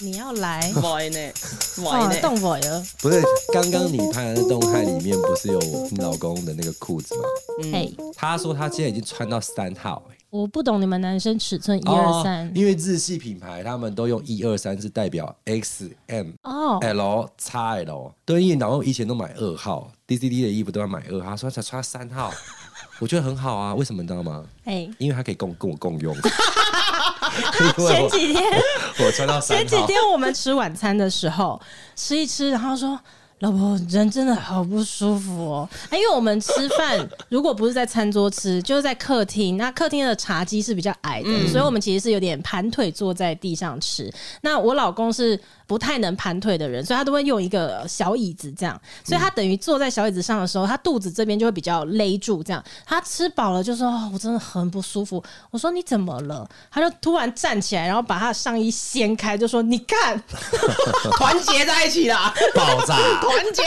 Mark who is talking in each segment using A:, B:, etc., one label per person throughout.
A: 你要 来
B: void 呢
A: 哇
B: ，void 呢，
A: 哦动我哟，
C: 不是，刚刚你拍的那动态里面不是有你老公的那个裤子吗？
B: 嗯
A: 嘿，
C: 他说他现在已经穿到三号、欸，
A: 我不懂你们男生尺
C: 哦
A: 寸一二三
C: 因为日系品牌他们都用一二三是代表 X M
A: 哦，
C: L X L，对，因为然后以前都买二号，D C D 的衣服都要买二号，他说他穿三号， 我觉得很好啊，为什么你知道吗？
A: 嘿，
C: 因为他可以共跟我共 用。因为
A: 前
C: 我
A: 几天。
C: 我穿到 三
A: 前几
C: 号，
A: 天我们吃晚餐的时候，吃一吃，然后说。老婆，人真的好不舒服哦！ 哎，因为我们吃饭 如果不是在餐桌吃，就是在客厅。那客厅的茶几是比较矮的，所以我们其实是有点盘腿坐在地上吃。那我老公是不太能盘腿的人，所以他都会用一个小椅子这样。所以他等于坐在小椅子上的时候，他肚子这边就会比较勒住，这样。他吃饱了就说：“哦，我真的很不舒服。”我说：“你怎么了？”他就突然站起来，然后把他的上衣掀开，就说：“你看。”
B: 团结在一起啦，
C: 爆炸！
B: 团结。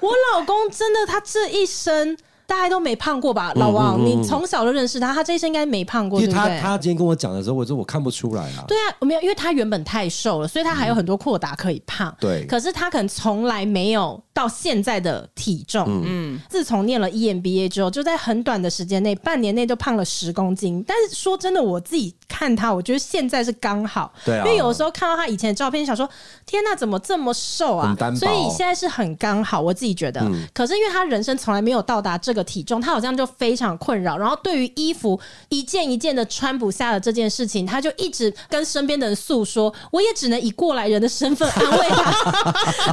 A: 我老公真的，他这一生大概都没胖过
C: 嗯
A: 吧？老王，你从小就认识他，他这一生应该没胖过，
C: 因
A: 对
C: 为
A: 不
C: 他
A: 对？
C: 他今天跟我讲的时候，我说我看不出来啊。
A: 对啊，没有，因为他原本太瘦了，所以他还有很多扩大可以胖。
C: 嗯对
A: 可是他可能从来没有到现在的体重。嗯，自从念了 EMBA 之后，就在很短的时间内，半年内就胖了十公斤。但是说真的，我自己看他，我觉得现在是刚好。
C: 对啊
A: 因为有时候看到他以前的照片，想说天呐，怎么这么瘦啊
C: 很？单薄嗯
A: 所以现在是很刚好，我自己觉得。可是因为他人生从来没有到达这个体重，他好像就非常困扰。然后对于衣服一件一件的穿不下的这件事情，他就一直跟身边的人诉说。我也只能以过来人的身份安慰 他，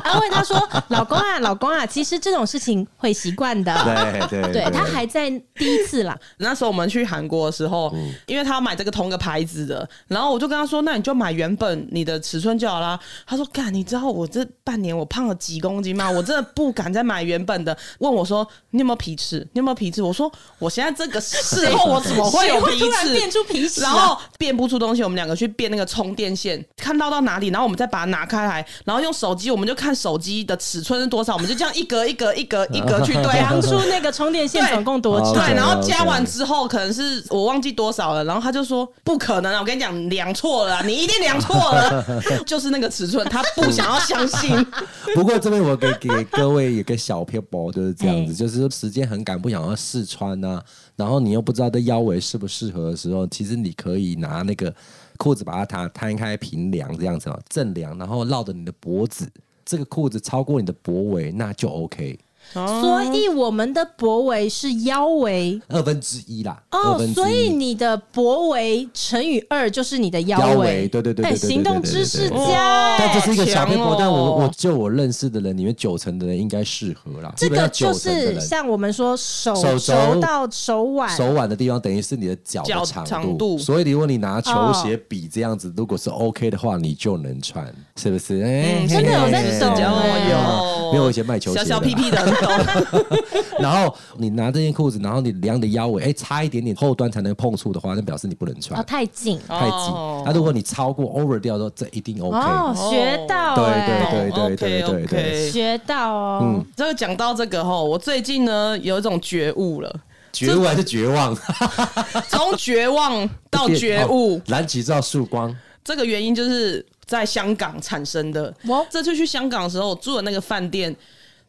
A: 安慰他说：“老公啊，老公啊，其实这种事情会习惯的。”
C: 对对
A: 对他还在第一 次啦，
B: 那时候我们去韩国的时候，
C: 嗯
B: 因为他要买这个同个牌子的，然后我就跟他说：“那你就买原本你的尺寸就好啦。”他说：“干，你知道我这半年我胖了几公斤吗？我真的不敢再买原本的。”问我说：“你有没有皮尺？你有没有皮尺？”我说：“我现在这个时候我怎么会有
A: 谁
B: 皮
A: 突然
B: 尺？”
A: 变出皮尺啊？
B: 然后变不出东西，我们两个去变那个充电线，看到到哪里，然后我们再把它拿开来，然后用手机，我们就看手机的尺寸是多少，我们就这样一格一格一格一格去对
A: 当
B: 啊。
A: 初那个充电线
B: 对
A: 总共多
C: 哦
A: 长？
B: 对，然后
C: OK，OK
B: 加完之后可能是我忘记多少了，然后他就说不可能啊！我跟你讲，你量错了啊，你一定量错了，就是那个尺寸，他不想要相信。
C: 不过这边我给给各位一个小撇步，就是这样
A: 哎
C: 子，就是说时间很赶，不想要试穿啊，然后你又不知道这腰围适不适合的时候，其实你可以拿那个裤子把它摊摊开平量这样子哦，正量，然后绕着你的脖子，这个裤子超过你的脖围那就 OK，
B: 哦
A: 所以我们的脖围是腰围
C: 二分之一啦，二
A: 哦
C: 分，之
A: 所以
C: 一。
A: 你的脖围乘以二就是你的腰
C: 腰
A: 围
C: 围，对对对对
A: 哎
C: 对对对
A: 行动
C: 对
A: 知
C: 对
A: 识
C: 对
A: 家，
C: 但这是一个小
B: 强
C: 撇步，
A: 哎
B: 哦
C: 但我我就我认识的人里面九成的人应该适合啦，
A: 这
C: 基
A: 个
C: 本上
A: 就
C: 九成的
A: 是
C: 人
A: 像我们说手
C: 手
A: 肘
C: 肘
A: 到手腕，
C: 手腕的地方等于是你的脚
B: 脚
C: 的长度，
B: 长度
C: 所以如果你拿球鞋比这样子，如果是 OK 的话，你就能穿，是不是？哎、
A: 真的有在
C: 嘿
A: 懂哎
B: 有
C: 没有我以前卖球鞋
B: 小
C: 的
B: 小屁屁的很懂，
C: 然后你拿这件裤子，然后你量的腰围，哎、差一点点后端才能碰触的话，那表示你不能穿，
A: 哦太紧
C: 太紧。那、
B: 哦
C: 如果你超过 over 掉的时候，这一定 OK。
A: 哦，学到
C: 对
A: 哎，
C: 对对对对对
B: OK，OK
C: 对，
A: 学到哦，
B: 这个讲到这个吼，我最近呢有一种觉悟了，
C: 绝望还是绝望，
B: 从绝望到觉悟。
C: 哦燃起这道曙光。
B: 这个原因就是在香港产生的。
A: 我
B: 这次去香港的时候，我住的那个饭店，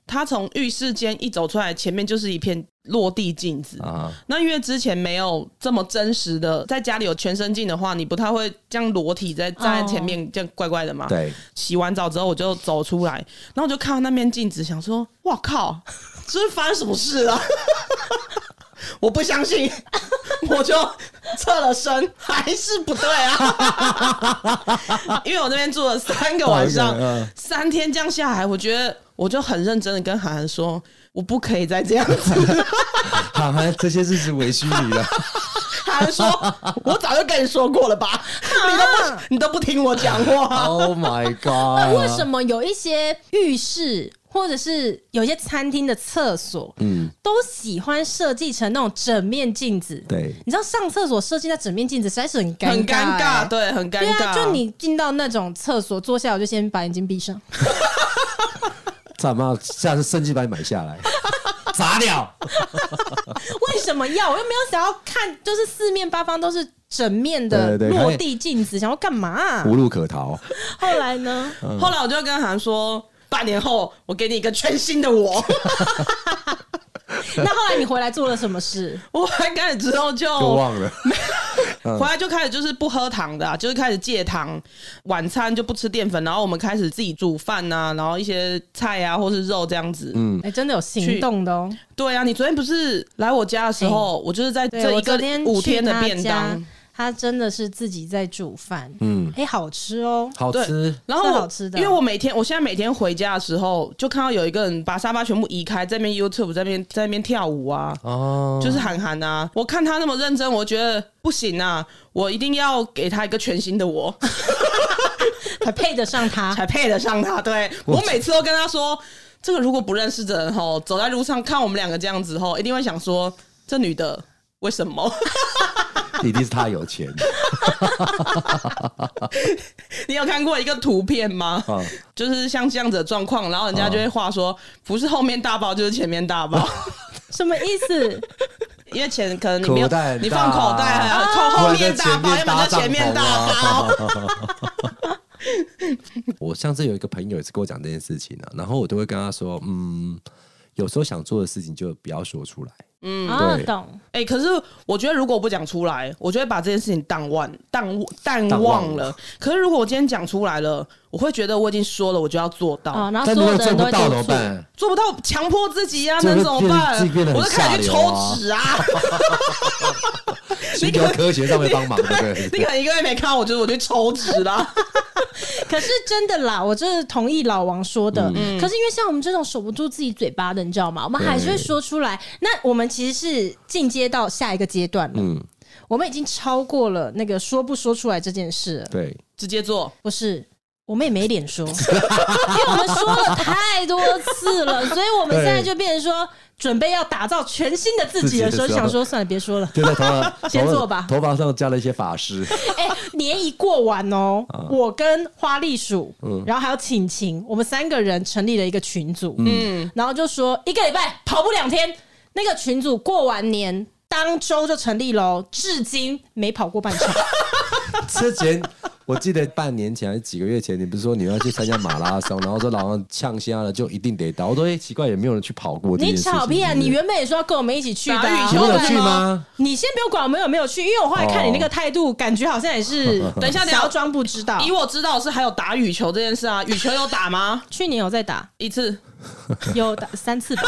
B: 它从浴室间一走出来，前面就是一片落地镜子
C: 啊
B: 那因为之前没有这么真实的，在家里有全身镜的话，你不太会这样裸体在站在前面这样怪怪的嘛。。
C: 哦对，
B: 洗完澡之后我就走出来，然后我就看到那面镜子，想说：“哇靠，这是发生什么事了？” 我不相信，我就侧了身，还是不对啊！ 因为我那边住了三个晚上
C: 好一个嗯，
B: 三天这样下来，我觉得我就很认真的跟韩寒说，我不可以再这样子。
C: 好，这些日子委屈你了。
B: 韩寒说，我早就跟你说过了吧，你都不你都不听我讲话。
C: Oh my god！
A: 啊那为什么有一些浴室或者是有一些餐厅的厕所，嗯，都喜欢设计成那种整面镜子？
C: 对
A: 你知道上厕所设计在整面镜子实在是很尴
B: 很
A: 尬
B: 尴
A: 欸
B: 尬，。对，很尴
A: 对
B: 尬。
A: 啊，就你进到那种厕所坐下，我就先 把眼睛闭上。
C: 怎么下次甚至把你买下来， 傻了。
A: 为什么要？我又没有想要看，就是四面八方都是整面的
C: 对对对
A: 落地镜子，想要干嘛啊、
C: 无路可逃，
A: 后来 呢？
B: 后来我就跟韩说，半年后我给你一个全新的 我。
A: 那后来你回来做了什么事？
B: 我还开始之后就嗯
C: 就忘了。
B: 回来就开始就是不喝糖的、啊，就是开始戒糖，晚餐就不吃淀粉，然后我们开始自己煮饭呐、然后一些菜啊或是肉这样子。嗯，
A: 哎、真的有行动的哦。
B: 对啊，你昨天不是来我家的时候，我就是在
A: 对
B: 这
A: 我
B: 一
A: 昨
B: 个
A: 天
B: 五
A: 去
B: 天的
A: 他
B: 便
A: 家
B: 当，，
A: 他真的是自己在煮饭，嗯，哎、好吃哦。
C: 好
B: 对
C: 吃，
B: 然后
A: 是
B: 我
A: 好吃的
B: 因为我每天我现在每天回家的时候，就看到有一个人把沙发全部移开，在那边 YouTube 在那边在那边跳舞啊，
C: 哦，
B: 就是韩寒啊。我看他那么认真，我觉得不行啊，我一定要给他一个全新的我。
A: 才配得上他。
B: 才配得上他。对我每次都跟他说，这个如果不认识的人吼，走在路上看我们两个这样子吼，一定会想说这女的为什么？
C: 一定是他有 钱
B: 你有看过一个图片吗？
C: 啊！
B: 就是像这样子的状况，然后人家就
C: 哦
B: 会话说，不是后面大包就是前面大包。
A: 什么意思？
B: 因为钱可能你没有
C: 口袋，很大
B: 你放口袋啊，扣后面大包，要不
C: 不
B: 然
C: 然
B: 就
C: 在
B: 前
C: 前
B: 面
C: 面
B: 大
C: 搭啊
B: 包。
C: 我上次有一个朋友也是跟我讲这件事情啊，然后我都会跟他说，嗯，有时候想做的事情就不要说出来。
A: 啊，
C: 嗯对
A: 懂。
B: 哎、可是我觉得如果我不讲出来，我就会把这件事情淡忘、淡淡
C: 淡
B: 忘
C: 忘
B: 了
C: 了。
B: 可是如果我今天讲出来了，我会觉得我已经说了，我就要做到，
A: 啊，然后
C: 但
A: 所
C: 如
A: 有的
C: 果做
A: 人都会
C: 不到
A: 督
C: 怎么
A: 促
C: 办？
B: 做不到，强迫自己啊，
C: 这个
B: 能怎么办
C: 变自己变？得
B: 我
C: 很
B: 就开始去
C: 下
B: 抽
C: 流啊
B: 纸啊！
C: 寻求科学上面帮忙，对不对？
B: 你 可能一个月没看到我，就是我去抽纸 啦。
A: 可是真的啦，我就是同意老王说的。可是因为像我们这种守不住自己嘴巴的，你知道吗？我们还是会说出来。那我们其实是进阶到下一个阶段了。
C: 嗯
A: 我们已经超过了那个说不说出来这件事了。
C: 对，
B: 直接做，
A: 不是，我们也没脸 说，因为我们说了太多次了，所以我们现在就变成说，准备要打造全新的自己的时候，
C: 自己的时候
A: 想说算了，别说了。
C: 就在头发
A: 先做吧
C: 头发上加了一些法师，
A: 哎、年一过完哦，我跟花栗鼠，然后还有晴晴，我们三个人成立了一个群组，嗯，然后就说一个礼拜跑步两天，那个群组过完年。当周就成立喽，至今没跑过半场。
C: 之前我记得半年前还是几个月前，你不是说你要去参加马拉松，然后说老王呛瞎了就一定得到。我说哎、奇怪，也没有人去跑过这件
A: 你
C: 事情。
A: 吵屁啊！
C: 对不
A: 你
C: 对
A: 原本也说要跟我们一起去的、啊，
B: 打羽
C: 你
B: 球
C: 们有
B: 对
C: 去吗？
A: 你先不用管我们有没有去，因为我后来看你那个态度，感觉好像也是
B: 等一下
A: 想要装不知道。？
B: 以我知道的是还有打羽球这件事啊，羽球有打吗
A: 去年有在打，
B: 一次
A: 有打三次吧？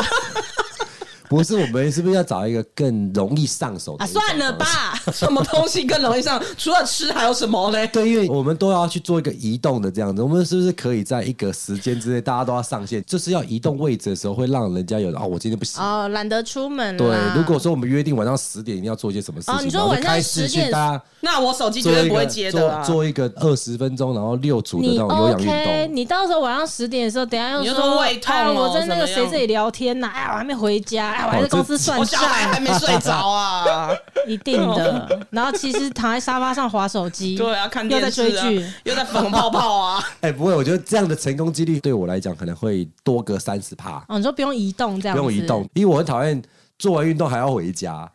C: 不是，我们是不是要找一个更容易上手的、
A: 啊，算了。吧。
B: 什么东西更容易上？除了吃还有什么嘞？
C: 对，因为我们都要去做一个移动的这样子，我们是不是可以在一个时间之内，大家都要上线，就是要移动位置的时候，会让人家有啊、我今天不行。
A: 哦，懒得出门啦。
C: 对，如果说我们约定晚上十点一定要做一些什么事情，
A: 哦你说
C: 然后就
A: 晚上
C: 开视
A: 10点
C: 讯大家
B: 那我手机绝
C: 做
B: 对
C: 一
B: 不会
C: 个
B: 接的啊
C: 做
B: 啦。
C: 做一个二十分钟，然后六组的
A: 你
C: 那种有氧运
A: OK，
C: 动。
A: 啊你到时候晚上十点的时候，等一下又
B: 你就
A: 说
B: 说胃痛哦
A: 哎我在那个
B: 怎么
A: 谁
B: 样
A: 这里聊天呐，哎，我还没回家，
C: 哦
A: 哎，我还在公司算
B: 我小
A: 账，
B: 孩还没睡着啊。
A: 一定 的。然后其实躺在沙发上划手机，
B: 对啊，看
A: 又
B: 电
A: 在
B: 视
A: 追
B: 啊
A: 剧，，
B: 又在粉红泡泡 啊。
C: 哎、不会，我觉得这样的成功几率对我来讲可能会多个三十趴，
A: 哦，你说不用移动这样
C: 不
A: 子，
C: 用移动，因为我很讨厌做完运动还要回家。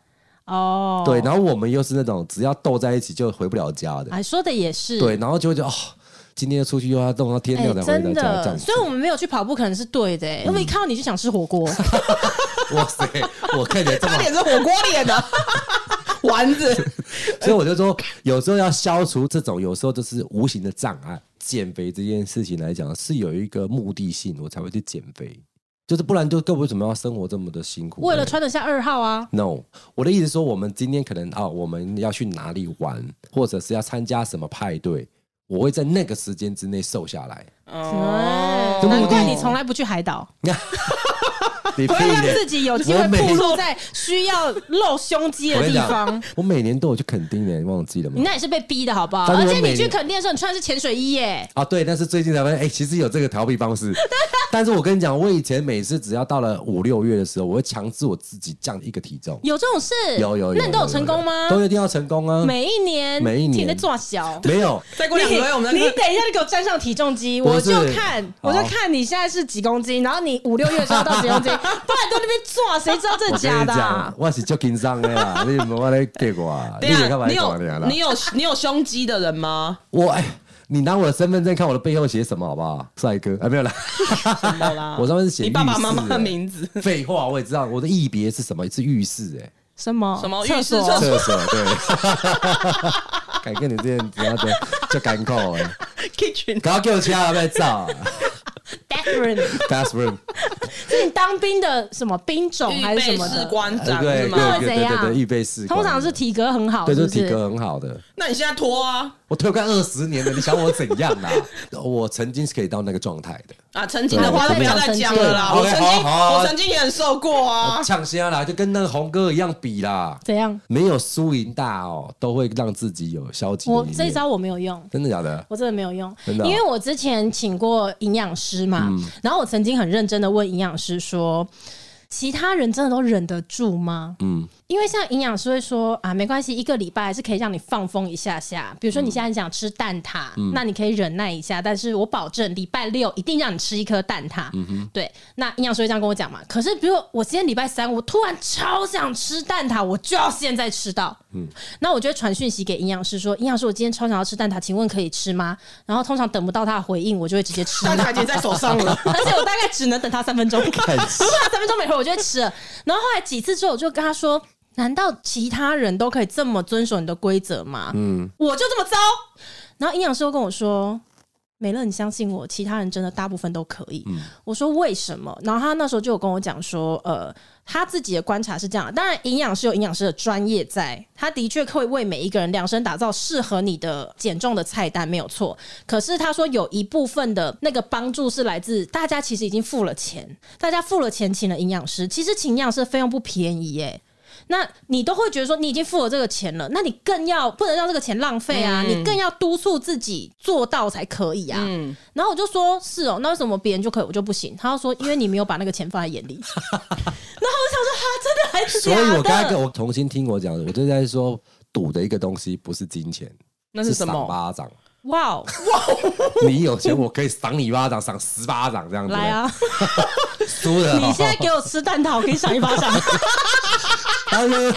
A: 哦。
C: 对，然后我们又是那种只要斗在一起就回不了家的，
A: 哎，说的也是，
C: 对，然后就会觉得哦，今天又出去又要弄到天
A: 哎，
C: 亮才回
A: 真
C: 到家，嗯这样
A: 的，
C: 子
A: 所以我们没有去跑步，可能是对的、欸，因为一看到你就想吃火 锅，
C: 哇塞，我看起来这么
B: 他，脸是火锅脸的， 丸子。
C: 所以我就说，有时候要消除这种，有时候就是无形的障碍。减肥这件事情来讲，是有一个目的性，我才会去减肥，就是不然就更为什么要生活这么的辛苦？哎
A: 为了穿得下二号啊。
C: No，我的意思是说，我们今天可能啊、我们要去哪里玩，或者是要参加什么派对，我会在那个时间之内瘦下来。
B: 哦
A: 哎
C: 就目的
A: 难怪你从来不去海岛，
C: 你
A: 不
C: 配
A: 会让
C: 脸
A: 自己有机会
C: 啊我每
A: 暴露在需要露胸肌
C: 我
A: 的
C: 跟
A: 地
C: 你
A: 方
C: 讲。，我每年都有去垦丁的，你忘记了吗
A: 你？那也是被逼的好不好？
C: 但是
A: 而
C: 我
A: 且你
C: 每
A: 去
C: 年
A: 垦丁的时候，你穿的是潜水衣耶、
C: 啊，对，但是最近才发现，哎、其实有这个逃避方式。但是我跟你讲，我以前每次只要到了五六月的时候，我会强制我自己降一个体重。
A: 有这种事？
C: 有有有，
A: 那你都有成功吗？
C: 都一定要成功啊！
A: 每一年，
C: 每一年
A: 你在做小。
C: 没有，
B: 再过两个月我们
A: 你
B: 再
A: 你
B: 看
A: 等一下就给我站上体重机，
C: 不
A: 我
C: 是
A: 就看，我就看你现在是几公斤，然后你五六月的时候到几 公斤，不然都那边做，谁知道真
C: 我
A: 的
C: 跟
A: 假
C: 你
A: 的啊
C: 讲，？我是足紧张的 啦，你唔我咧给我啊，你
B: 对
C: 是干
B: 啊，
C: 嘛
B: 你
C: 在
B: 有
C: 讲你啊啦
B: 你？有你有胸肌的人吗？
C: 我哎，你拿我的身份证看我的背后写什么好不好，帅哥？啊，没 有啦，
B: 什么啦
C: 我上面是写
B: 你爸爸
C: 浴室
B: 妈妈
C: 欸
B: 的名 字，
C: 废话，我也知道我的异别是什么，是浴室哎。
A: 什么
B: 什么
A: 厕
B: 浴室
A: 所？
B: 厕
C: 厕所对， 改跟你这样子，然后就干扣哎，
B: kitchen
C: 搞到给我其他被照
A: bathroom
C: ，bathroom，
A: 是你当兵的什么兵种还
B: 预
A: 是什
B: 备
A: 么
B: 士
A: 的？
B: 官
C: 对
B: 长
C: 对
B: 是
C: 啊对
B: 吗？
A: 那会
C: 对
A: 怎样
C: 对对，预备室，
A: 通常是体格很好，
C: 对，
A: 是
C: 就
A: 不
C: 是体
A: 是？
C: 格很好的。
B: 那你现在脱啊
C: 我推快二十年了，你想我怎样啊？ 我曾经是可以到那个状态的，
B: 啊！曾经的话就不要再讲了啦，我
C: 对
B: 曾
C: 好好
B: 经
C: 好
B: 我曾经也很瘦过啊
C: 我。呛虾啦，就跟那个红哥一样比啦，
A: 怎样？
C: 没有输赢大哦，都会让自己有消极的
A: 我
C: 一面
A: 这一招我没有用。
C: 真的 假的？
A: 我真的没有用，
C: 真的哦嗯
A: 因为我之前请过营养师嘛，然后我曾经很认真的问营养师说，其他人真的都忍得住吗？嗯，因为像营养师会说啊，没关系，一个礼拜还是可以让你放风一下下。比如说你现在想吃蛋挞，
B: 嗯
A: 那你可以忍耐一下，但是我保证礼拜六一定让你吃一颗蛋挞。
B: 嗯
A: 对，那营养师会这样跟我讲嘛。可是比如我今天礼拜三，我突然超想吃蛋挞，我就要现在吃到。
B: 嗯
A: 那我就会传讯息给营养师说：“营养师，我今天超想要吃蛋挞，请问可以吃吗？”然后通常等不到他的回应，我就会直接吃了。
B: 蛋挞姐在手上 了，
A: 而且我大概只能等他三分钟，如果
C: 看
A: 他三分钟没回，我就会吃了。然后后来几次之后，我就跟他说：“难道其他人都可以这么遵守你的规则吗？”嗯，我就这么糟。然后营养师又跟我说。美乐，你相信我，其他人真的大部分都可以。我说为什么？然后他那时候就有跟我讲说，呃，他自己的观察是这样的。当然，营养师有营养师的专业在，他的确会为每一个人量身打造适合你的减重的菜单，没有错。可是他说有一部分的那个帮助是来自大家其实已经付了钱，大家付了钱请了营养师，其实请营养师的费用不便宜耶、那你都会觉得说你已经付了这个钱了，那你更要不能让这个钱浪费啊！
C: 嗯
A: 你更要督促自己做到才可以啊。
C: 嗯
A: 然后我就说：“是哦，那为什么别人就可以，我就不行？”他就说：“因为你没有把那个钱放在眼 里。”然后我就想说：“哈，真的还是假
C: 所
A: 的？”
C: 以我刚才跟我重新听我讲的，我就在说赌的一个东西不是金钱，
B: 那
C: 是
B: 是什
C: 赏
B: 么？
C: 巴掌。
A: 哇哦，
C: 你有钱，我可以赏你巴掌，赏十巴掌这样子。
A: 来，啊！
C: 输了哦。
A: 你现在给我吃蛋挞，我可以赏一巴 掌。
C: 他说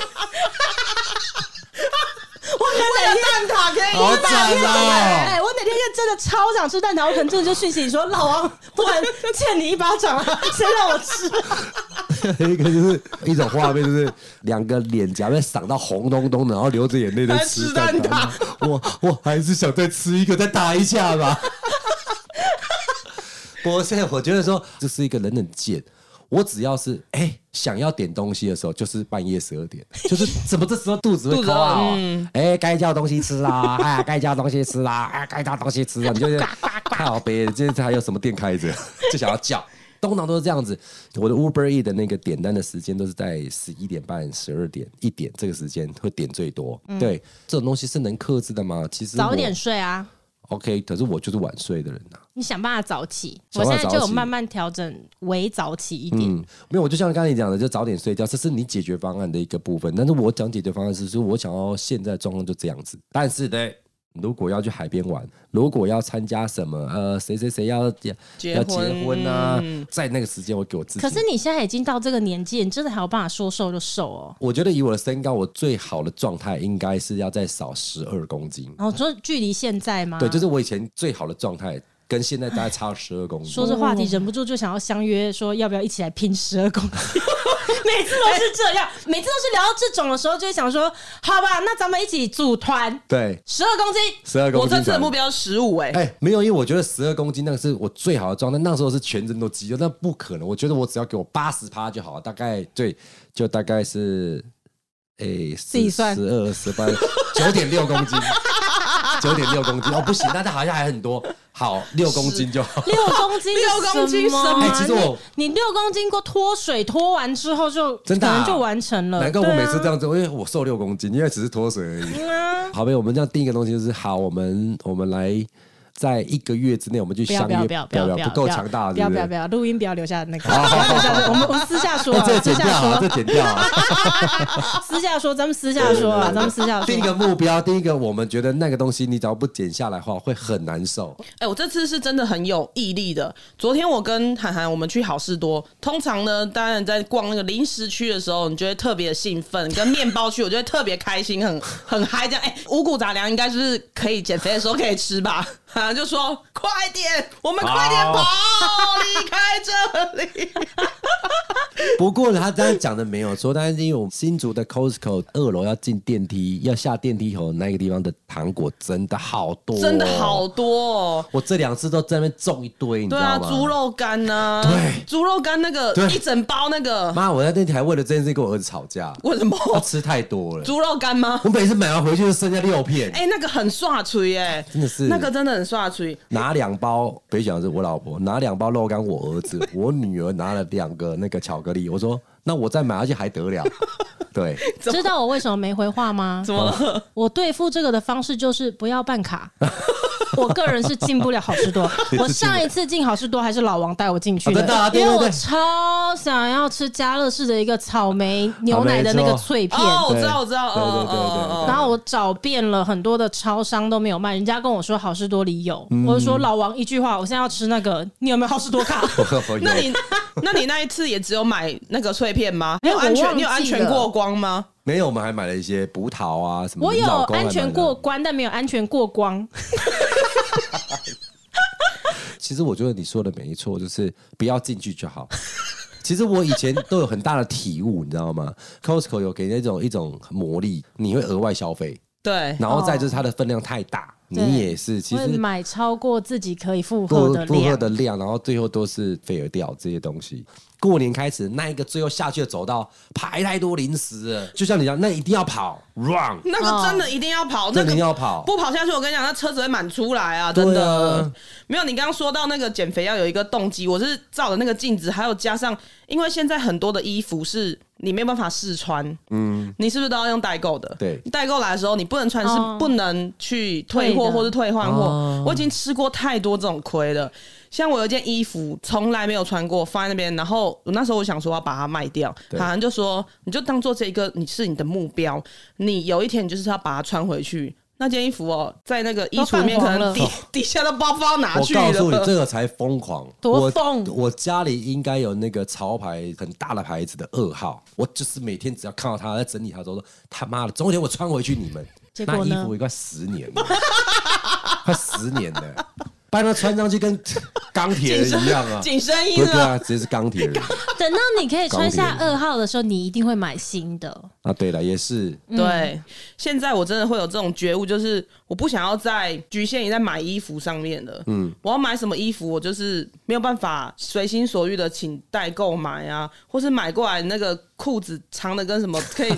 B: 为了哎蛋挞可以
C: 好
A: 我哪天
C: 赞
A: 真的，哎、
C: 哦！
A: 我哪天就真的超想吃蛋挞，我可能真的就讯息你说：“老王，不然欠你一巴掌啊，谁让我吃、
C: 一个就是一种画面，就是两个脸颊被赏到红咚咚的，然后流着眼泪在吃
B: 还吃
C: 蛋
B: 蛋挞
C: 挞。我我还是想再吃一个，再打一下吧。我现在我觉得说这是一个人的贱。我只要是哎、想要点东西的时候，就是半夜十二点，就是怎么这时候肚子会
B: 肚子
C: 抠啊
B: 饿？
C: 哎，该叫东西吃啦， 哎，该叫东西吃啦，哎，该叫东西吃啦，你就是靠北，这次还有什么店开着， 就想要叫。通常都是这样子，我的 Uber E 的那个点单的时间都是在十一点半、十二点、一点这个时间会点最多。对，这种东西是能克制的吗？其实
A: 嗯早
C: 我
A: 一点睡啊。”
C: OK，可是我就是晚睡的人啊呐、
A: 你想办法早起，
C: 想
A: 我
C: 办
A: 现在
C: 法早
A: 就有
C: 起
A: 慢慢调整，微早起一点。
C: 嗯，没有，我就像刚才你讲的，就早点睡觉，这是你解决方案的一个部分。但是我讲解决方案是，说我想要现在状况就这样子。但是呢，如果要去海边玩，如果要参加什么，呃，谁谁谁要
B: 结
C: 要
B: 婚
C: 结婚啊，在那个时间我给我自己。
A: 可是你现在已经到这个年纪，你真的还有办法说瘦就瘦哦？
C: 我觉得以我的身高，我最好的状态应该是要再少十二公斤。
A: 然后说距离现在
B: 啊
A: 吗？
C: 对，就是我以前最好的状态，跟现在大概差十二公斤。
A: 说这话题，忍不住就想要相约，说要不要一起来拼十二公斤？ 每次都是这样，每次都是聊到这种的时候，就会想说，好吧，那咱们一起组团
C: 对，
A: 十二公斤。
C: 十二公
B: 我
C: 斤。
B: 这次的目标十五哎，
C: 哎、没有，因为我觉得十二公斤那个是我最好的状态，那时候是全身都肌肉，那不可能。我觉得我只要给我八十趴就好，大概对，就大概是哎，自
A: 己算
C: 十二十八九点六 公斤，九点六公斤哦，不行，那它好像还很多，好六公斤就好。
A: 六公斤是
B: 六公
A: 什
B: 斤
A: 么
C: 什么哎其实我
A: 你你六公斤过脱水脱完之后就
C: 真的啊
A: 可能就完成了。
C: 难怪我
A: 对啊
C: 每次这样子，因为我瘦六公斤，因为只是脱水而已。
A: 嗯啊
C: 好呗，我们这样定一个东西，就是好，我们我们来在一个月之内我们就
A: 不要
C: 相
A: 啊不
C: 约，
A: 要不要不要
C: 不够强大，
A: 不要
C: 对
A: 不要
C: 对
A: 不？要，录音不要留下那个，不
C: 好好
A: 要
C: 好
A: 留下这个，我们我们私下说
C: 那
A: 啊，
C: 这
A: 私
C: 剪
A: 下
C: 掉啊，
A: 说，
C: 这剪掉啊。
A: 私下说，咱们私下说啊， 咱们私下
C: 第一
A: 说。
C: 个目标，第一个我们觉得那个东西，你只要不剪下来的话，会很难受。
B: 哎、我这次是真的很有毅力的。昨天我跟涵涵我们去好事多，通常呢，当然在逛那个零食区的时候，你就会特别兴奋；跟面包区，我就 会特别开心，很很嗨。这样，哎、五谷杂粮应该就是可以减肥的时候可以吃吧？涵涵就说：“快点，我们快点跑
C: 好，
B: 离开这哎里。
C: 不过他刚才讲的没有错，但是因为我们新竹的 Costco 二楼要进电梯，要下电梯后，那个地方的糖果真的好多、”
B: 真的好。多、哦。
C: 我这两次都在那边种一堆，你知
B: 对
C: 道吗？
B: 啊，猪。肉干呐、
C: 对
B: 猪肉干那个
C: 对
B: 一整包那个，
C: 妈，哦我在电梯还为了这件事跟我儿子吵架，
B: 为什么
C: 他吃太多了。
B: 猪肉干吗？
C: 我每次买完回去就剩下六片，
B: 哎、那个很刷嘴哎，
C: 真的是
B: 那个真的很刷嘴。
C: 拿两包，别讲是我老婆拿两包肉干，我 儿子，我女儿拿了两个那个巧克力。我说那我再买下去还 得了？对，
A: 知道我为什么没回话吗？
B: 怎么了？
A: 我对付这个的方式就是不要办卡。 我个人是进不了好事 多，我上一次进好事多还是老王带我进去
C: 啊真的
A: 哦
C: 啊
A: 的，
C: 对
A: 因为
C: 对对
A: 我超想要吃家乐氏的一个草莓牛奶的那个脆片。
B: 哦，我
C: 对
B: 知道，我知道，哦
C: 对对
B: 哦
C: 对对
B: 哦
A: 然后我找遍了很多的超商都没有卖，人家跟我说好事多里有，我就说老王一句话，我现在要吃那个，你有没有好事多卡？
B: 哦。那你那你那一次也只有买那个脆片吗？你
A: 没
B: 有
A: 有
B: 安
A: 我
B: 全
A: 忘
B: 你
A: 记
B: 有
A: 了
B: 安全过光吗？
C: 没有，我们还买了一些葡萄啊什 么。
A: 我有
C: 老公还买
A: 安
C: 了
A: 全过。关，但没有安全过光。
C: 其实我觉得你说的没错，就是不要进去就好。 其实我以前都有很大的体悟，你知道吗？Costco 有给那种一种魔力，你会额外消费，
B: 对，
C: 然后再就是它的分量太大，
A: 对
C: 你也是其
A: 会
C: 实
A: 买超过自己可以负荷
C: 负
A: 的
C: 负荷
A: 量。
C: 的量，然后最后都是废掉这些东西。过年开始那一个最后下去的走道排太多零食了，就像你讲，那一定要跑 run，
B: 那个真的一定要跑，那
C: 真
B: 个
C: 的一定要跑
B: 不跑下去，我跟你讲，那车子会满出来啊！真
C: 对
B: 的
C: 啊，
B: 没有你刚刚说到那个减肥要有一个动机，我是照着那个镜子，还有加上，因为现在很多的衣服是你没有办法试穿，嗯，你是不是都要用代购的？
C: 对
B: 代购来的时候你不能穿，是
A: 哦
B: 不能去退货
A: 退的
B: 或是退换货。
C: 哦
B: 我已经吃过太多这种亏了。像我有一件衣服从来没有穿过，放在那边，然后我那时候我想说我要把它卖掉，
C: 对
B: 好像就说你就当做这一个你是你的目标，你有一天你就是要把它穿回去。那件衣服哦，在那个衣橱里面
A: 都泛黄
B: 可能
A: 了
B: 底 底下都不知道放到哪
C: 我
B: 去
C: 告诉你，这
B: 了。
C: 个才疯狂，
A: 多
C: 我
A: 疯
C: 我家里应该有那个潮牌很大的牌子的二号，我就是每天只要看到它在整理它的时候，说他妈的，总有一天我穿回去你们。
A: 结
C: 那
A: 果
C: 衣
A: 呢
C: 服也快十年了，快十年了，把它穿上去跟 钢铁人一样 啊！
B: 紧身衣
C: 不是对
B: 呢？
C: 啊，直接是钢铁人
A: 等到你可以穿下
C: 钢铁
A: 二号的时候，你一定会买新的。
C: 啊！对了，也是
B: 对，现在我真的会有这种觉悟，就是我不想要再局限于在买衣服上面了。嗯，我要买什么衣服，我就是没有办法随心所欲的请代购买啊，或是买过来那个裤子长的跟什么可以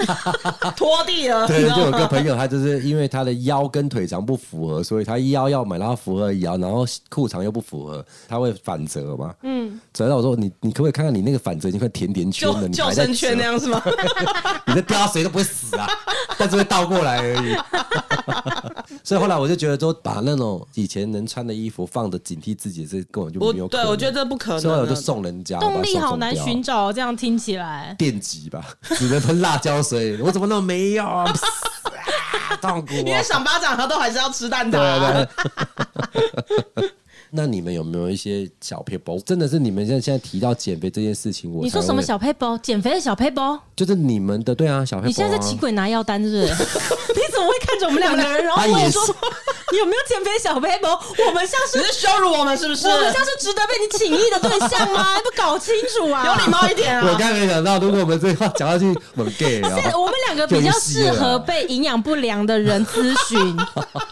B: 拖地了，你
C: 对
B: 知，道
C: 就有
B: 吗
C: 个朋友，他就是因为他的腰跟腿长不符合，所以他腰要买，然后符合腰，然后裤长又不符合，他会反折嘛。嗯，折到我说你，你可不可以看看你那个反折已经快甜甜圈了，
B: 救
C: 你
B: 救
C: 还在折
B: 生圈那，样是 吗？
C: 你这掉到谁都不会死啊，但是会倒过来而已。 所以后来我就觉得说，把那种以前能穿的衣服放着，警惕自己，这根本就
B: 我
C: 没有可
B: 对
C: 能。
B: 我觉得这不可
C: 所以
B: 能啊
C: 我就
B: 了。
C: 送人家，
A: 动力
C: 把它
A: 好
C: 送
A: 难
C: 掉啊
A: 寻找，哦这样听起来。
C: 电极吧，只能喷辣椒水，我怎么那么没用啊？ 啊痛苦、啊！
B: 你在赏巴掌，他都还是要吃蛋挞、啊。
C: 对对。那你们有没有一些小撇步？真的是你们现在现在提到减肥这件事情，我
A: 你说
C: 才
A: 什么
C: 会？啊
A: 小配包？减肥的小配包？
C: 就是你们的对啊，小撇步、啊。
A: 你现在在请鬼拿药单是不是？你怎么会看着我们两个人，然
C: 他
A: 后
C: 也
A: 问说
C: 是
A: 你有没有减肥小配包？我们像 是
B: 你是羞辱我们是不
C: 啊
B: 是？
A: 我们像是值得被你请益的对象 吗？不搞清楚啊！
B: 有礼貌一点
C: 我
B: 啊！
C: 刚才没想到，如果我们这话讲下去，很 gay 啊。
A: 是我们两个比较适合被营养不良的人咨询，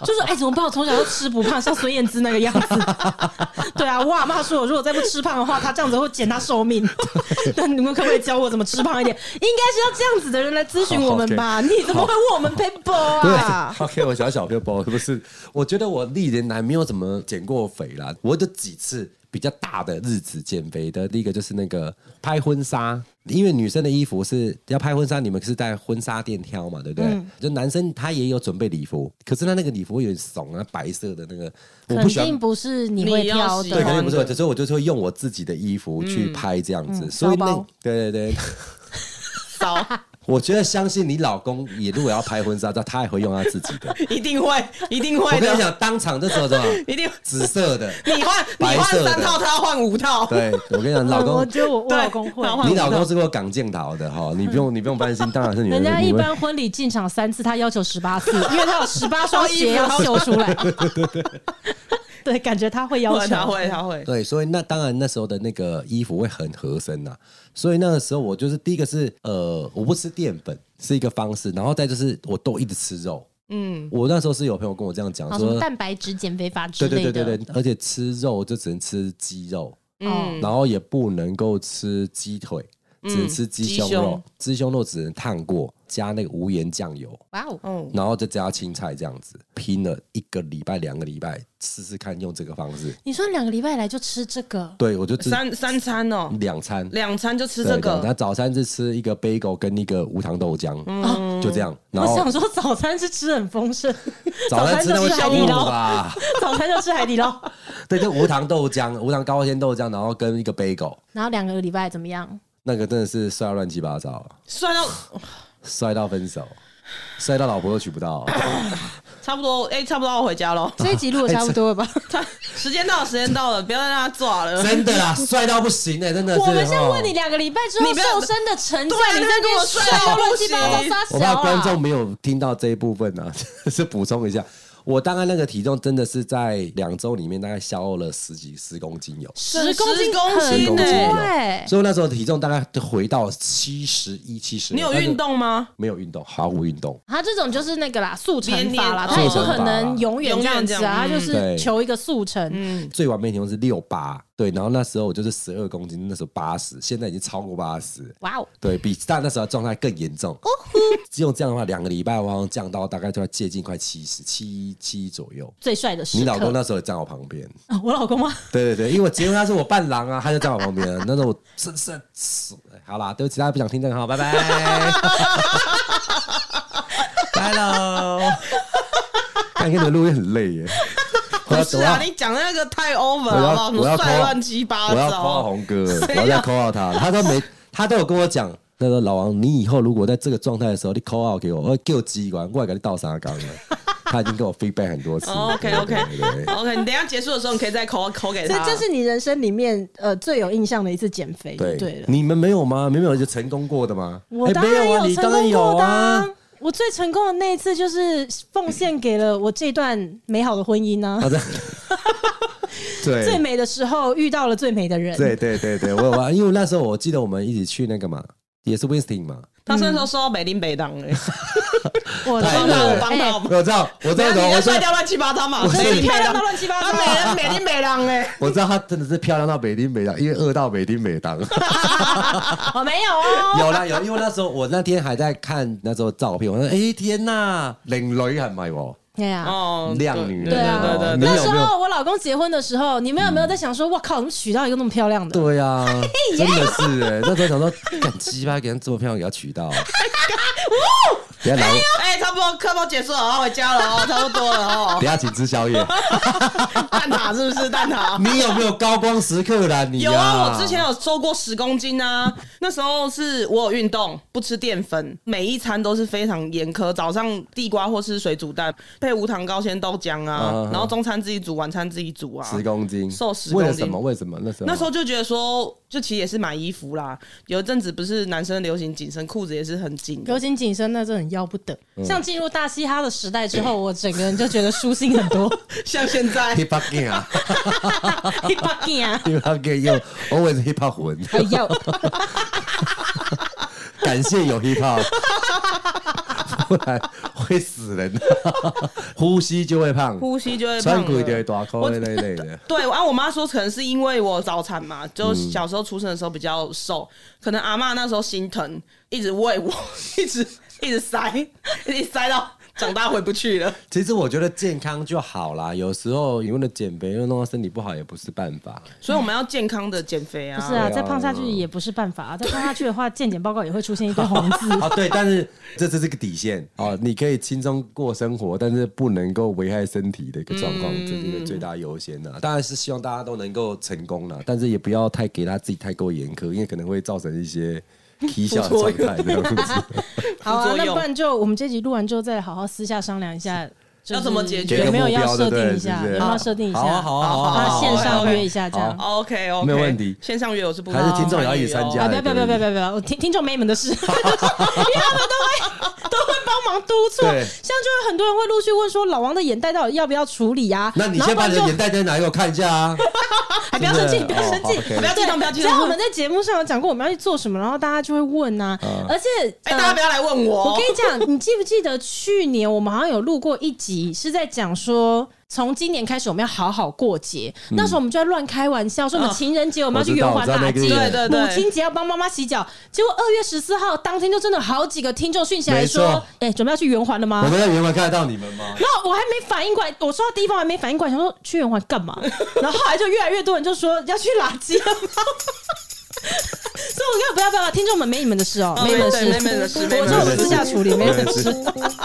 A: 就说：“哎、怎么办？我从小都吃不胖，像孙燕姿那个样子。”对啊，我阿妈说我如果再不吃胖的话，她这样子会减她寿命。那你们可不可以教我怎么吃胖一点？应该是要这样子的人来咨询我们吧？你怎么会问我们 paper 啊？
C: 对，OK，我想小撇步不是，我觉得我历年来没有怎么减过肥啦，我就几次。比较大的日子减肥的。第一个就是那个拍婚纱，因为女生的衣服是要拍婚纱，你们是在婚纱店挑嘛，对不对？
A: 嗯
C: 就男生他也有准备礼服，可是他那个礼服有点怂啊，白色的那个，我
A: 肯
C: 不喜欢
A: 定不是你会挑
B: 你要喜
C: 对，肯
B: 欢
A: 的，
C: 定不是我，所以我就是会用我自己的衣服去拍这样子，所以
A: 骚
C: 那
A: 嗯包
C: 对对 对，
B: 骚
C: 我觉得相信你老公也如果要拍婚纱照，他也会用他自己 的。
B: 一定会，一定会
C: 我跟你
B: 的，
C: 讲，当场就说什么
B: 一定。
C: 紫色的，
B: 你换你
C: 白
B: 换
C: 色的
B: 三套，他换五套，
C: 对我跟你讲，老
A: 嗯 我
C: 公。
A: 觉得我我
B: 对
A: 老公会
B: 然。后
C: 你老公是过港建岛的哈，你不用你不用担心，当然是女人
A: 人家
C: 的。你
A: 一
C: 会
A: 般婚礼进场三次，他要求十八次，因为他有十八双鞋要秀出来。对，感觉他会要
B: 会
A: 求，
B: 他会他会，
C: 对，所以那当然那时候的那个衣服会很合身呐、所以那个时候我就是第一个是呃，我不吃淀粉是一个方式，然后再就是我都一直吃肉。嗯，我那时候是有朋友跟我这样讲
D: 好什么
C: 说，
D: 蛋白质减肥法之
C: 对
D: 类
C: 对
D: 的。
C: 对对对，而且吃肉就只能吃鸡肉，
D: 嗯
B: 嗯，
C: 然后也不能够吃鸡腿，只能吃鸡胸
B: 鸡
C: 肉
B: 胸，
C: 鸡胸肉只能烫过，加那个无盐酱油，
D: 哇哦，
B: 哦，
C: 然后再加青菜这样子，拼了一个礼拜、两个礼拜，试试看用这个方式。
A: 你说两个礼拜来就吃这个，
C: 对，我就吃
B: 三三餐哦，
C: 两餐，
B: 两餐就吃
C: 对
B: 这
C: 两
B: 个，
C: 餐早餐是吃一个 bagel 跟一个无糖豆浆，就这样。然
A: 我
C: 后
A: 想说早餐是吃很丰盛，
C: 早餐
A: 餐
C: 吃
A: 就
C: 那会
A: 吃海
C: 消
A: 底
C: 补
A: 捞，
C: 吧？
A: 早餐就吃海底捞，
C: 对，就无糖豆浆、无糖高纤豆浆，然后跟一个 bagel，
A: 然后两个礼拜怎么样？
C: 那个真的是帅到乱七八糟，
B: 算到
C: 帅到分手，帅到老婆都娶不到。
B: 差不多，哎，差不多要回家喽。
D: 这一集录的差不多了吧？
B: 他时间到了，时间到了，不要再让他抓了。
C: 真的啦，帅到不行哎、真的是。
A: 我们现在问你
C: 哦，
A: 两个礼拜之后
B: 你不要
A: 瘦身的成效，
B: 对啊
A: 你
B: 你
A: 在
B: 在跟
A: 跟
B: 我
A: 我
B: 说
A: 帅到乱七八糟
B: 不行
A: 撒
C: 我
A: 小
C: 怕
A: 啊！
C: 观众没有听到这一部分呢、啊， 是补充一下。我大概那个体重真的是在两周里面大概消了十几十公斤有，
A: 十公斤
B: 十公
A: 很
B: 斤
A: 多
B: 欸
A: 哎，
C: 所以我那时候体重大概就回到七十一、七十。
B: 你有运？动吗？
C: 没有运动，毫无运动。
A: 他这种就是那个啦，速成法啦，
C: 哦
B: 边练
A: 他也不可能永远这样子
B: 速成法
A: 啊，他
B: 啦
C: 嗯
A: 就是求一个速成。
B: 嗯，
C: 最完美体重是六八，对，然后那时候我就是十二公斤，那时候八十，现在已经超过八十，
D: 哇哦，
C: 对比但那时候状态更严
B: 哦
C: 重。只有这样的话，两个礼拜我好像降到大概就要接近快七十七七左右。
A: 最帅的时刻，
C: 你老公那时候也站我旁边，
A: 啊 我老公吗？
C: 对对对，因为我结婚他是我伴郎啊，他就站我旁边。那时候我真是死了，好啦，对不起，大家不想听这个，好，拜拜，拜喽。看跟你们录音很累耶，我要
B: 不是
C: 我要
B: 啊，你讲的那个太
A: 啊
B: over
C: 我
B: 了，好不好？
C: 要我要
B: 什么帅
C: call-
B: 乱七八
C: 我要
B: 糟
C: call
B: 啊。
C: 红哥，
B: 谁
C: 我
B: 啊
C: 要再 call out 他，他都没，他都有跟我讲，他说老王，你以后如果在这个状态的时候，你 call out 给我，我会救机关，我也给你倒沙 缸了。他已经跟我 feedback 很多次了。
B: 哦，OK，OK
C: 对对对
B: OK，你等一下结束的时候，你可以再口口给
A: 这
B: 他。
A: 这是你人生里面呃最有印象的一次减肥，
C: 对
A: 对了。
C: 你们没有吗？你们没有就成功过的吗？
A: 我
C: 哎
A: 当
C: 没
A: 然
C: 有啊，你
A: 成
C: 当然
A: 功
C: 有
A: 过的啊
C: 啊。。
A: 我最成功的那一次就是奉献给了我这段美好的婚姻呢、
C: 好的，对，
A: 最美的时候遇到了最美的人，
C: 嗯对对对对，我有啊，因为那时候我记得我们一起去那个嘛，也是 Winston 嘛，
B: 他那时
A: 嗯
B: 候收到北林北当哎，
A: 我
C: 太
B: 帮
A: 真
C: 棒
B: 到
C: 了
A: 的
B: 我帮到
A: 哎
B: 我。
C: 我知道，我知
B: 等
C: 道
B: 一
C: 怎
B: 下
C: 么，
B: 你
C: 我
B: 要
C: 说
B: 帅掉乱七八糟嘛，
C: 是
B: 北林
A: 漂
B: 北
A: 亮到，
B: 当
A: 乱七八
B: 他
A: 糟，
B: 美人美林北当哎。
C: 我知道她真的是漂亮到美丁美当，因为饿到美丁 美当。
A: 我没有哦。
C: 有啦有，因为那时候我那天还在看那时候照片，我说哎、天呐，靓女係咪喎？
A: 对啊呀，
B: 哦
C: 靓女
B: 对
A: 对啊
B: 对对
C: 你
B: 对
A: 那
C: 有
B: 对，
A: 时
C: 没
A: 候
C: 有
A: 我老公结婚的时候，你们有没有在想说，哇靠，怎么娶到一个那么漂亮的？
C: 对啊， 真的是哎、那时候想说，敢鸡巴给人这么漂亮给她娶
B: 哦
C: 到，等一下来，
B: 哎，差不多课报结束了，我要回家了哦，差不多了
C: 等一
B: 哦。
C: 下请吃 宵夜。
B: 蛋挞是不是蛋挞？
C: 你有没有高光时刻啦？你
B: 有啊，我之前有瘦过十公斤啊。那时候是我有运动，不吃淀粉，每一餐都是非常严苛。早上地瓜或是水煮蛋，配无糖高纤豆浆
C: 嗯
B: 啊
C: 嗯，嗯
B: 然后中餐自己煮，晚餐自己煮啊。
C: 十公斤，
B: 瘦10
C: 为了
B: 公斤
C: 什么？为什么那时候？
B: 那时候就觉得说，就其实也是买衣服啦。有一阵子不是男生流行紧身裤子，也是很紧的
A: 尤。其紧身那真的很要不得。像进入大嘻哈的时代之后，我整个人就觉得舒心很多。
B: 像现 在
C: hip hop gang 啊
A: 一把劲啊！
C: ，hip hop gang 又 always hip hop 魂，
A: 哎呦，
C: 感谢有 hip hop，不然会死人的，呼吸就会胖，
B: 呼吸就会胖
C: 穿裤
B: 了
C: 一定会大口
B: 我
C: 那一类 的。
B: 对，然后我妈说可能是因为我早产嘛，就
C: 嗯
B: 小时候出生的时候比较瘦，可 能阿嬷那时候心疼，一直喂我，一直一直塞，一直塞到长大回不去了。
C: 其实我觉得健康就好啦，有时候你为了减肥又弄到身体不好也不是办法。
B: 所以我们要健康的减肥
A: 不是
B: 啊。
A: 啊，
C: 对啊
A: 再胖下去也不是办法啊，再胖下去的话，健检报告也会出现一堆 红字。
C: 哦，对，但是这这是个底线哦，你可以轻松过生活，但是不能够危害身体的一个状况，这是一
B: 嗯
C: 个最大优先的、啊当然是希望大家都能够成功啦，但是也不要太给他自己太过严苛，因为可能会造成 一些蹊跷的状态这样子。
A: 好啊
B: 副，作
A: 那
B: 用
A: 不然就我们这集录完之后再好好私下商量一下，就是
B: 要怎么解决
A: 有
C: 给个
A: 没有
C: 目
A: 要设
C: 标对不对
A: 定一下？有
C: 是不
A: 没
C: 是
A: 有要设定一下？
C: 好啊好啊好啊
A: 那
C: 好啊
A: 线上约一
B: 好
A: 下这样。
B: OK OK，
C: 没有问题
B: 线上约我是不
C: 还是听众也要一起参
B: 哦
C: 加
A: 啊！不要不要不要不要不要！我听听众妹们的事， 因为他们都会都会帮忙督促，像就
C: 对
A: 有很多人会陆续问说老王的眼袋到底要不要处理啊？
C: 那你
A: 然后
C: 先把
A: 不
C: 你
A: 然就
C: 的眼袋在哪给我看一下啊！
A: 哎不要生气，
C: 对
A: 不要生气，
C: 哦好，OK
B: 不要激动，不要激
A: 只
B: 动。
A: 要我们在节目上有讲过我们要去做什么，然后大家就会问呐、
C: 嗯
A: 啊。而且，
B: 哎，大家不要来问我
A: 我
B: 哦
A: 跟。你讲，你记不记得去年我们好像有录过一集，是在讲说。从今年开始，我们要好好过节。
C: 嗯
A: 那时候我们就在乱开玩笑，说我们情人节我们要去
C: 我知
A: 圆
C: 道
A: 滑
C: 嗯我知道
A: 大
C: 那
A: 街
C: 个，对
B: 对对
A: 母亲节要帮妈妈洗脚。结果二月十四号当天，就真的好几个听众讯息来
C: 没
A: 说
C: 错：“
A: 哎、准备要去圆环了吗
C: 我？”们在原本看得到你们吗？
A: 然后我还没反应过来，我说到第一方还没反应过来，想说去圆环干 嘛？然后后来就越来越多人就说要去垃圾了吗？ 所以我跟不要不要，听众们没你们的事哦，
B: 哦
A: 没你们
B: 对没你们
A: 的
B: 的
A: 事，
B: 事
A: 我
B: 没你们
A: 这
B: 的
A: 我们
B: 事
A: 私下处理，没你们的事。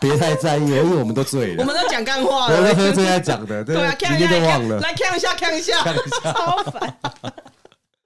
C: 别太在意，因为我们都醉
B: 我
C: 了，
B: 们在讲干话
C: 我们
B: 了
C: 都。喝醉在讲的，对
B: 对啊，
C: 今
B: 看一
C: 天
B: 下
C: 就忘，了。
B: 来看一下，看一下，
A: 超烦。